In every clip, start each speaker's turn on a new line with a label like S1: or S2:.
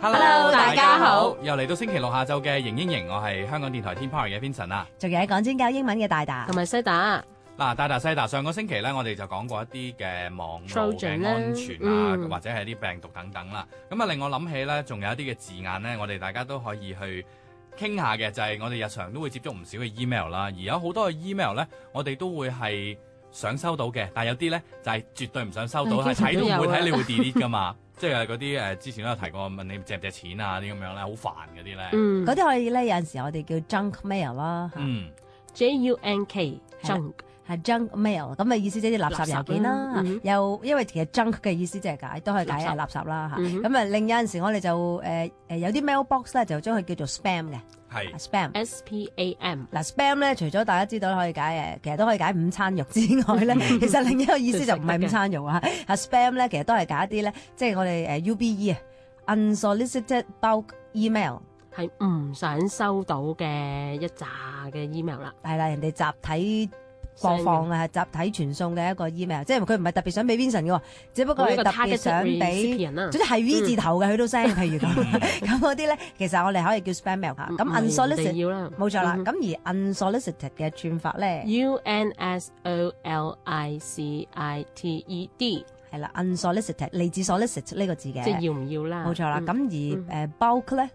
S1: Hello，大家好，
S2: 又嚟到星期六下晝嘅盈英盈，我係香港電台 Teen Power 嘅 Vincent 啊。
S3: 仲有喺講專教英文嘅大大
S1: 同，埋西打，
S2: 嗱，大大西大，上個星期咧，我哋就講過一啲嘅網絡
S1: Trojan
S2: 嘅
S1: 啦
S2: 安全啊，
S1: 嗯
S2: 或者係啲病毒等等啦。咁啊，令我諗起咧，仲有一啲嘅字眼咧，我哋大家都可以去傾下嘅，就係、我哋日常都會接觸唔少嘅 email 啦，而有好多嘅 email 咧，我哋都會係想收到嘅，但係有啲咧就係、絕對唔想收到，
S1: 係經常
S2: 係睇
S1: 都
S2: 都唔會
S1: 有啊
S2: 睇，你會 delete 噶嘛。即係嗰啲呃誒，之前都有提過問你借唔借錢啊啲咁樣咧，好煩嗰啲咧。
S1: 嗯
S3: 嗰啲我哋咧有陣時我哋叫 junk mail 啦，
S1: 啊
S2: 嗯
S1: ，J U N K
S3: 係啦
S1: junk，
S3: 係 junk mail，咁啊意思即係啲垃圾郵件啦
S1: 垃圾啦嗯，
S3: 又因為其實 junk 嘅意思即係解都係解係垃圾啦嚇，
S1: 嗯
S3: 咁啊另有陣時我哋就誒誒有啲 mailbox 咧就將佢叫做 spam 嘅啊
S2: 係。
S1: 啊
S3: spam。
S1: S P A M，
S3: 嗱 spam 咧，除咗大家知道可以解誒，其實都可以解午餐肉之外咧，
S1: 嗯
S3: 其實另一個意思就唔係午餐肉啊。啊 spam 咧，其實都係解一啲咧，即係我哋誒 UBE 啊，unsolicited bulk email
S1: 係唔想收到嘅一紮嘅 email 啦。
S3: 係啦，人哋集體播放啊，集體傳送嘅一個 email，即係佢唔係特別想俾 Vincent 嘅喎，只不過
S1: 我
S3: 係
S1: 呢個
S3: 特別
S1: target
S3: 想俾。
S1: recipient 啊嗯啦
S3: 總，之係 V 字頭嘅，佢都 send，譬如咁，咁嗰啲咧，其實我哋可以叫 spam mail 嚇。
S1: 唔
S3: 咁
S1: 係嗯人哋
S3: unsolicited
S1: 要啦，
S3: 冇錯啦，
S1: 嗯
S3: 咁而 unsolicited 嘅轉法咧。
S1: Ừ. U N S O L I C I T E D，
S3: 係啦，unsolicited 嚟自 solicit 呢個字
S1: 即係
S3: 嘅，
S1: 要唔要啦？
S3: 冇錯啦。
S1: 嗯
S3: 咁而誒
S1: 嗯
S3: bulk 咧，
S1: Ừ.
S3: 啊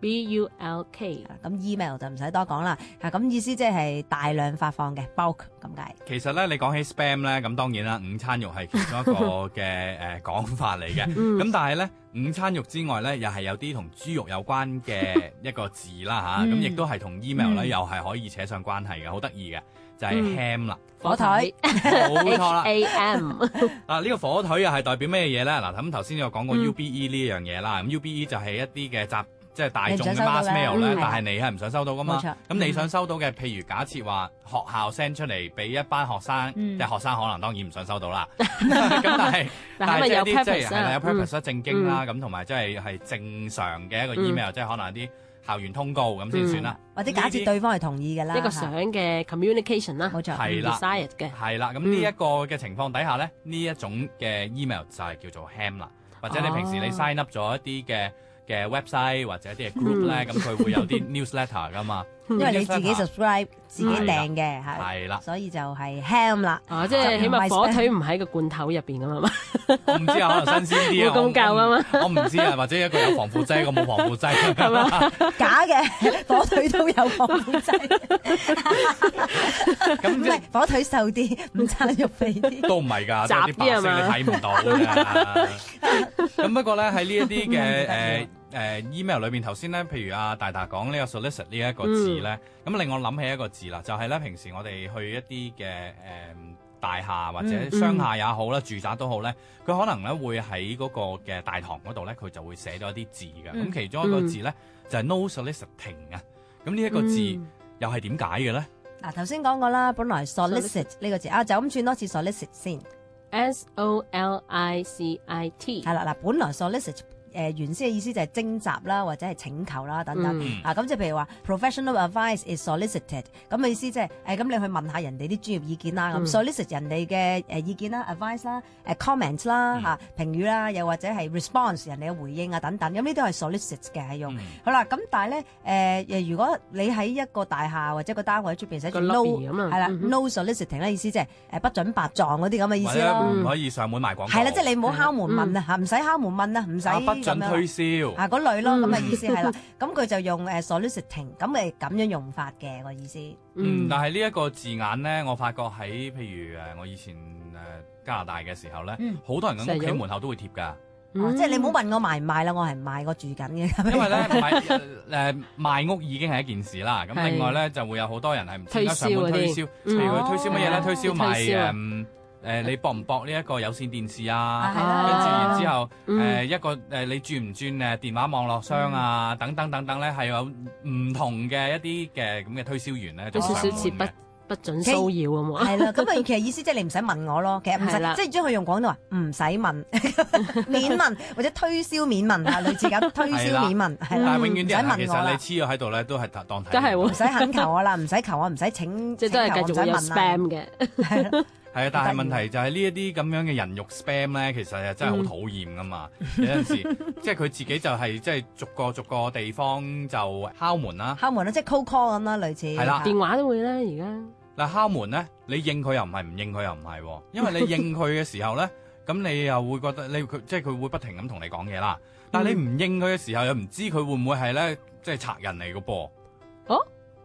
S1: B U L K
S3: 咁 email 就唔使多講啦。啊，咁意思即係大量發放嘅 bulk 咁解。
S2: 其實咧，你講起 spam 咧，咁當然啦，午餐肉係其中一個 嘅誒講法嚟嘅。
S1: 嗯
S2: 咁但係咧，午餐肉之外咧，又係有啲同豬肉有關嘅一個字啦吓，咁
S3: 嗯
S2: 亦都係同 email 咧，
S3: 嗯
S2: 又係可以扯上關係嘅，好得意嘅，就係
S1: 嗯
S2: ham 啦，
S3: 火腿
S2: 冇 錯
S1: H
S2: 啦。
S1: A M，
S2: 嗱，啊呢個火腿又係代表咩嘢咧？嗱，咁頭先有講過
S1: 嗯
S2: UBE E 呢樣嘢啦，咁 UBE 就係一啲嘅集即係大眾
S3: 你唔想
S2: 嘅
S3: 收到
S2: mass
S3: 啦
S2: mail 咧
S1: 嗯，
S2: 但係你係唔想收到噶嘛
S3: 冇嗯錯？
S2: 咁你想收到嘅，譬如假設話學校 send 出嚟俾一班學生，
S3: 嗯
S2: 即係學生可能當然唔想收 到啦。咁但係
S1: 嗱咁
S2: 但
S1: 咪
S2: 係即係
S1: 有
S2: 一啲即係
S1: purpose
S3: 啊
S2: 係啦，有
S1: 啦。嗯
S2: purpose 啦正經啦，咁同埋即係係正常嘅一個 email，即係可能有啲校園通告咁先算啦。
S3: 嗯或者假
S2: 呢啲
S3: 設對方係同意嘅啦，
S1: 一個
S3: 嚇
S1: 相嘅 communication 啦，
S3: 冇錯，
S2: 係啦
S1: desired 嘅，
S2: 係啦，咁
S1: 嗯
S2: 呢一個嘅情況底下咧，呢一種嘅 email 就係叫做 ham 啦，或者你
S1: 哦
S2: 平時你 sign up 咗一啲嘅嘅 website 或者一啲嘅 group 咧，咁佢會有啲 newsletter 噶嘛，
S3: 因為你自己
S2: newsletter
S3: subscribe 自己
S1: 嗯
S2: 係啦
S3: 訂嘅係，
S2: 係啦，
S3: 所以就係 ham 啦。
S1: 啊，即係起碼火腿唔喺個罐頭入邊咁啊嘛，
S2: 我唔知啊，可能新鮮啲啊，
S1: 冇咁舊啊嘛
S2: 我唔，我唔知啊，或者一個有防腐劑，一個冇防腐劑，係嘛？
S3: 假 嘅火腿都有防腐劑，唔
S2: 咁即
S3: 係
S2: 係
S3: 火腿瘦啲，午餐肉肥啲。
S2: 都唔係㗎，都有啲白
S1: 雜啲啊
S2: 色
S1: 嘛
S2: 你睇唔到㗎。咁不過咧喺呢一啲嘅誒誒 email 裏面，頭先咧，譬如阿大大講呢個 solicit 呢一個字咧，咁令我諗起一個字啦，就係咧平時我哋去一啲嘅誒大廈或
S3: 嗯
S2: 者商廈也好啦，住宅都好咧，佢可能咧會喺嗰個嘅大堂嗰度咧，佢就會寫咗一啲字嘅。
S3: 嗯
S2: 咁其中一個字咧就係 no soliciting 啊。咁 呢一個字
S1: 嗯
S2: 又係點解嘅咧？
S3: 嗱，啊頭先講過啦，本來 solicit 呢個字啊，就咁轉多次 solicit 先。
S1: S O L I C I T
S3: 係啦，啊嗱，本來 solicit 誒、原先嘅意思就係徵集啦，或者係請求啦等等、
S1: 嗯
S3: 啊，咁就譬如話 professional advice is solicited，咁嘅意思即係誒咁你去問下人哋啲專業意見啦，咁、
S1: 嗯
S3: solicit 人哋嘅誒意見啦、advice 啦、誒 comment 啦
S2: 嗯
S3: 嚇、評語啦，又或者係 response 人哋嘅回應啊等等，咁呢啲係 solicit 嘅係用。
S2: 嗯
S3: 好啦，咁但係咧，誒、誒，如果你喺一個大廈或者個單位出邊寫住
S1: 個
S3: no，
S1: lobby 咁啊
S3: 係啦
S1: 嗯哼
S3: ，no soliciting 咧，意思即係誒不准白撞嗰啲咁嘅意
S2: 嗯或
S3: 思
S2: 者
S3: 咯。
S2: 唔可以上門賣廣告？嗯
S3: 係啦，即係你唔好敲門問啊，嚇唔使敲門問啊，唔使
S2: 啊不
S3: 咁
S2: 准
S3: 樣
S2: 推銷。
S3: 啊嗰類咯，
S1: 嗯
S3: 咁嘅意思 係啦。咁佢就用誒 soliciting，咁咪咁樣用法嘅個意思。
S1: 嗯
S2: 嗯，但係呢一個字眼咧，我發覺喺譬如誒，我以前誒、加拿大嘅時候咧，好、
S3: 嗯
S2: 多人嘅屋
S1: 成
S2: 企
S1: 日
S2: 門口都會貼 㗎，
S3: 哦
S1: 嗯
S3: 即係你唔好問我賣唔賣啦，我係唔賣，我住緊 嘅。
S2: 因為咧賣誒呃賣屋已經係一件事啦，咁
S1: 係
S2: 另外咧就會有好多人係唔知點解上
S1: 推銷
S2: 門
S1: 嗰啲
S2: 推銷，譬
S1: 嗯
S2: 如佢推銷乜嘢咧？
S3: 哦
S2: 推銷
S1: 推銷啊
S2: 賣誒誒你駁唔駁呢一個有線電視
S3: 啊
S2: 啊？
S3: 係
S2: 跟住
S3: 啦
S1: 啊
S2: 然之後，
S1: 嗯
S2: 誒、一個誒、呃你轉唔轉誒電話網絡商啊，
S1: 嗯
S2: 等等等等咧，係有唔同嘅一啲嘅咁嘅推銷員咧，
S1: 有
S2: 就
S1: 少
S2: 上
S1: 少
S2: 門
S1: 似不
S2: 嘅。
S1: 不准騷擾咁啊嘛，
S3: 係啦，咁啊，其實意思即係你唔使問我咯，其實唔
S1: 係啦
S3: 使，即係將佢用廣東話唔使問， 免問或者推銷免問啊，類似 咁推銷免問，係
S2: 但
S3: 啦，
S2: 係永遠啲人
S3: 嗯
S2: 啊
S3: 唔使問
S2: 其
S3: 我啦
S2: 實你黐咗喺度咧，都係當睇。
S1: 都係
S3: 唔
S1: 喎
S3: 使懇求我啦，唔使求我，唔使請，
S1: 即係都係繼續會有
S3: 請求我
S1: spam 嘅。
S3: 唔使問啦，
S2: 係啊，但係問題就係呢一啲咁樣嘅人肉 spam 咧，其實係真係好討厭噶嘛。
S3: 嗯
S2: 有陣時， 即係佢自己就係即係逐個逐個地方就敲門啦。
S3: 敲門啊啦，即係 cold call 咁啦，類似
S2: 係啦
S1: 電話都會啦，而家
S2: 嗱，敲門咧，你應佢又唔係，唔應佢又唔係喎，因為你應佢嘅時候咧，咁你又會覺得你佢即係佢會不停咁同你講嘢啦。
S3: 嗯
S2: 但係你唔應佢嘅時候，又唔知佢會唔會係咧，即係賊人嚟嘅噃。
S1: 哦，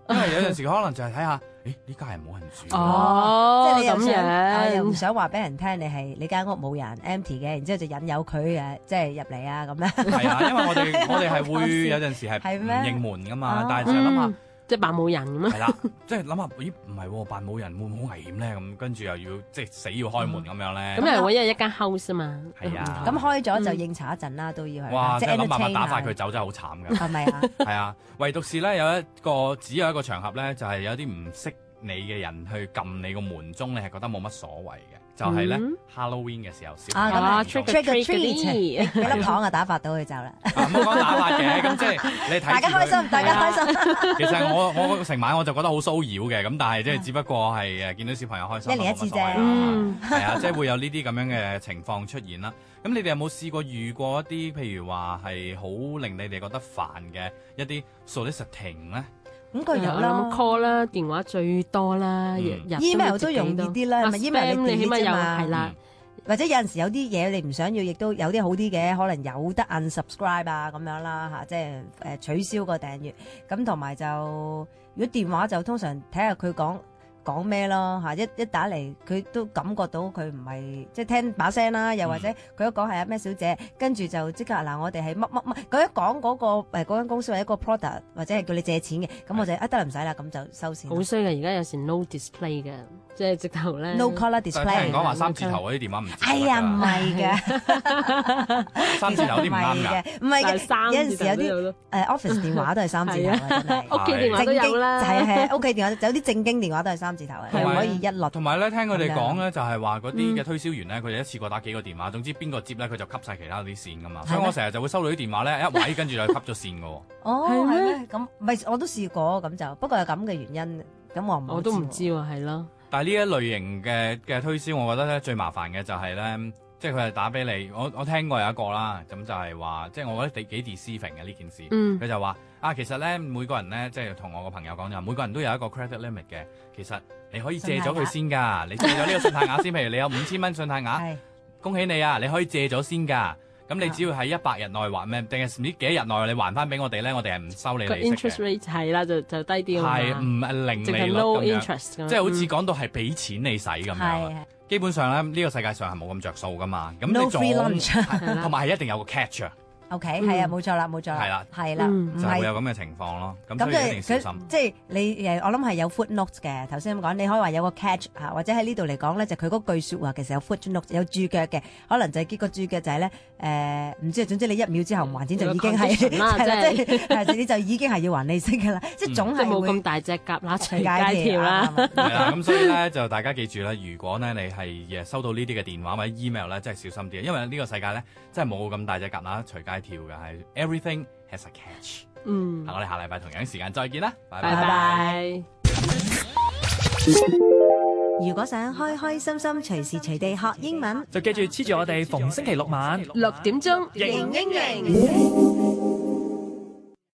S2: 因為有陣時可能就係睇下，誒呢家人冇人住喎。
S3: 即
S1: 哦
S3: 係你又
S1: 咁
S3: 想啊又唔
S1: 樣，
S3: 想話俾人聽你係你間屋冇人 empty 嘅，然之後就引誘佢 à, 誒，即係入嚟啊咁樣。
S2: 係啊，因為 我哋我哋係
S3: 好搞笑
S2: 會有陣時係
S3: 係
S2: 唔
S3: 咩
S2: 應門噶
S3: 哦
S2: 嘛，但係就係諗下
S1: 嗯。，即係扮冇人咁啊，
S2: 係啦， 即係諗下，咦唔係喎，扮冇人會唔會好危險咧？咁跟住又要即係死要開門咁樣咧。
S3: 嗯
S1: 咁又我一日一間 house 啊嘛，
S2: 係啊
S1: Ờ.
S3: 咁開咗就
S1: 嗯
S3: 應酬一陣啦，都要係嘛。
S2: 哇！即係諗辦
S3: entertain
S2: 法
S3: 啊 à. Ờ,
S2: 打發
S3: 下
S2: 佢走真係好慘㗎。
S3: 係咪啊？
S2: 係啊，唯獨是咧有一個只有一個場合咧，就係、有啲唔識你嘅人去撳你個門鐘，你係覺得冇乜所謂嘅，就係、咧、
S1: 嗯
S2: Halloween 嘅時候小
S3: 啊咁啊
S2: 朋友
S1: trick
S3: Trick or
S1: or treat
S3: 俾粒糖啊打發到佢走啦，
S2: 啊唔好講打法嘅，咁即係你睇
S3: 大家
S2: 住佢
S3: 開心，大
S2: 係啊
S3: 家開心，
S2: 其實我我成晚我就覺得好騷擾嘅，咁但係即係只不過係誒見到小朋友開心，
S3: 啊一年一次啫
S1: 嗯
S2: 啊係啊，即 係會有呢啲咁樣嘅情況出現啦。咁你哋有冇試過遇過一啲譬如話係好令你哋覺得煩嘅一啲 soliciting 咧？
S3: 咁佢有啦
S1: 我諗。call 啦，電話最多啦，日日
S3: email 都容易啲
S1: À,
S3: 啦，係咪 email
S1: 你
S3: 你 delete
S1: 起碼有
S3: 啫嘛
S1: 係啦，
S3: 或者有陣時有啲嘢你唔想要，亦都有啲好啲嘅，可能有得 unsubscribe 啊咁樣啦嚇，即係誒取消個訂閱。咁同埋就如果電話就通常睇下佢講講咩咯嚇，一一打嚟佢都感覺到佢唔係即係聽把聲啦，又或者佢一講係啊咩小姐，跟住就即刻嗱我哋係乜乜乜，佢一講嗰個誒嗰間公司或者個 product 或者係叫你借錢嘅，咁我就啊得啦唔使啦，咁就收線啦
S1: 好衰嘅，而家有時 no display 嘅，即係直頭咧
S3: ，no color
S2: 但係聽
S3: display
S2: 人。講話三字頭嗰啲電啊話唔接
S3: 哎呀，唔係嘅。
S2: 三字頭啲唔 啱㗎。
S3: 唔係
S1: 但係
S3: 嘅，
S1: 三
S3: 有陣時有
S1: 字頭
S3: 啲
S1: 都
S3: 誒
S1: 有
S3: office 電話都係三字 頭嘅，真係
S1: 屋企電話都有啦，
S3: 就係係屋企電話，有啲正經電話都係三字頭嘅，
S1: 係
S3: 唔
S2: 啊
S3: 可以一律。
S2: 同埋咧，聽佢哋講咧，就係話嗰啲
S3: 嗯
S2: 嘅推銷員咧，佢哋一次過打幾個電話，總之邊個接咧，佢就吸晒其他啲線噶嘛。
S3: 係
S2: 所
S3: 咩
S2: 以我成日就會收到啲電話咧，一位跟住就吸咗線噶喎。
S3: 哦，
S1: 係
S3: 係
S1: 咩
S3: 咩？咁唔係我都試過咁就，不過有咁嘅原因，咁我唔
S1: 我都唔知喎，係咯，
S2: 但係呢一類型嘅嘅推銷，我覺得咧最麻煩嘅就係咧，即係佢係打俾你。我我聽過有一個啦，咁就係話，即係我覺得幾幾 deceiving 嘅呢件事。
S1: 嗯
S2: 佢就話啊，其實咧每個人咧，即係同我個朋友講就話，每個人都有一個 credit limit 嘅。其實你可以借咗佢先㗎，你借咗呢個信貸額先。譬如你有五千蚊信貸額。
S3: 係
S2: 恭喜你啊！你可以借咗先㗎。咁你
S3: 啊
S2: 只要喺一百日內還咩，定係唔知幾多日內你還翻俾我哋咧，我哋係唔收你
S1: 個
S2: 利息
S1: interest
S2: 嘅，
S1: rate 係啦，就就低啲
S2: 係
S1: 啊嘛，
S2: 唔係零
S1: 淨
S2: 利
S1: 係
S2: 率
S1: no
S2: 咁樣，
S1: interest 咁樣，
S2: 即係好似
S1: 嗯
S2: 講到係俾錢你使咁樣。啊
S3: 係
S2: 基本上咧，呢個世界上係冇咁着數噶嘛。咁
S3: No
S2: 你仲
S3: free lunch
S2: 係同埋係一定有個 catch 啊，
S3: OK
S1: 嗯
S3: 係啊，冇錯啦，冇錯
S2: 係啦
S3: 啦，係啦，
S1: 嗯
S3: 唔
S2: 就係會
S3: 係。
S2: 有咁嘅情況咯。咁
S3: 咁
S2: 所以一
S3: 即
S2: 定小
S3: 係
S2: 心。
S3: 佢，即係你誒，我諗係有 footnote 嘅。頭先咁講，你可以話有個 catch 嚇，或者喺呢度嚟講咧，就佢嗰句説話其實有 footnote 有注腳嘅，可能就係結果注腳就係咧誒，唔知啊總之你一秒之後唔還錢就已經係
S1: 有個 condition 啦
S3: 係啦，
S1: 即
S3: 即係係你就已經係要還利息㗎啦，即係總
S1: 即係
S3: 係
S1: 冇咁
S3: 會
S1: 大隻鴿乸
S3: 隨啊
S1: 隨街跳啦。，
S3: 啱啱
S2: 係啦，咁所以咧就大家記住啦，如果咧你係誒收到呢啲嘅電話或者 email 咧，真係小心啲，因為呢個世界咧真係冇咁大隻蛤乸隨街跳嘅，係 everything has a catch。
S1: 嗯，
S2: 嗱，我哋下禮拜同樣時間再見啦，拜
S1: 拜
S2: 拜。
S1: 拜。
S3: 如果想開開心心隨時隨地學英文，
S4: 就記住黐住我哋逢星期六晚
S1: 六點鐘，
S4: 型
S3: 英
S1: 盈。